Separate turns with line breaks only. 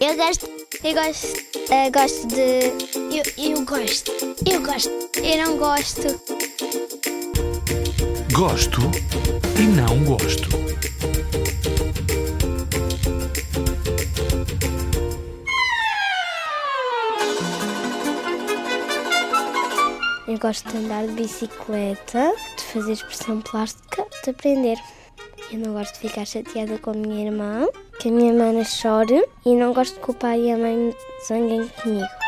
Eu gosto. Eu gosto. eh, gosto de. Eu, eu gosto. Eu gosto. Eu não gosto.
Gosto e não gosto.
Eu gosto de andar de bicicleta, de fazer expressão plástica, de aprender. Eu não gosto de ficar chateada com a minha irmã, que a minha mana chore e não gosto que o pai e a mãe zanguem comigo.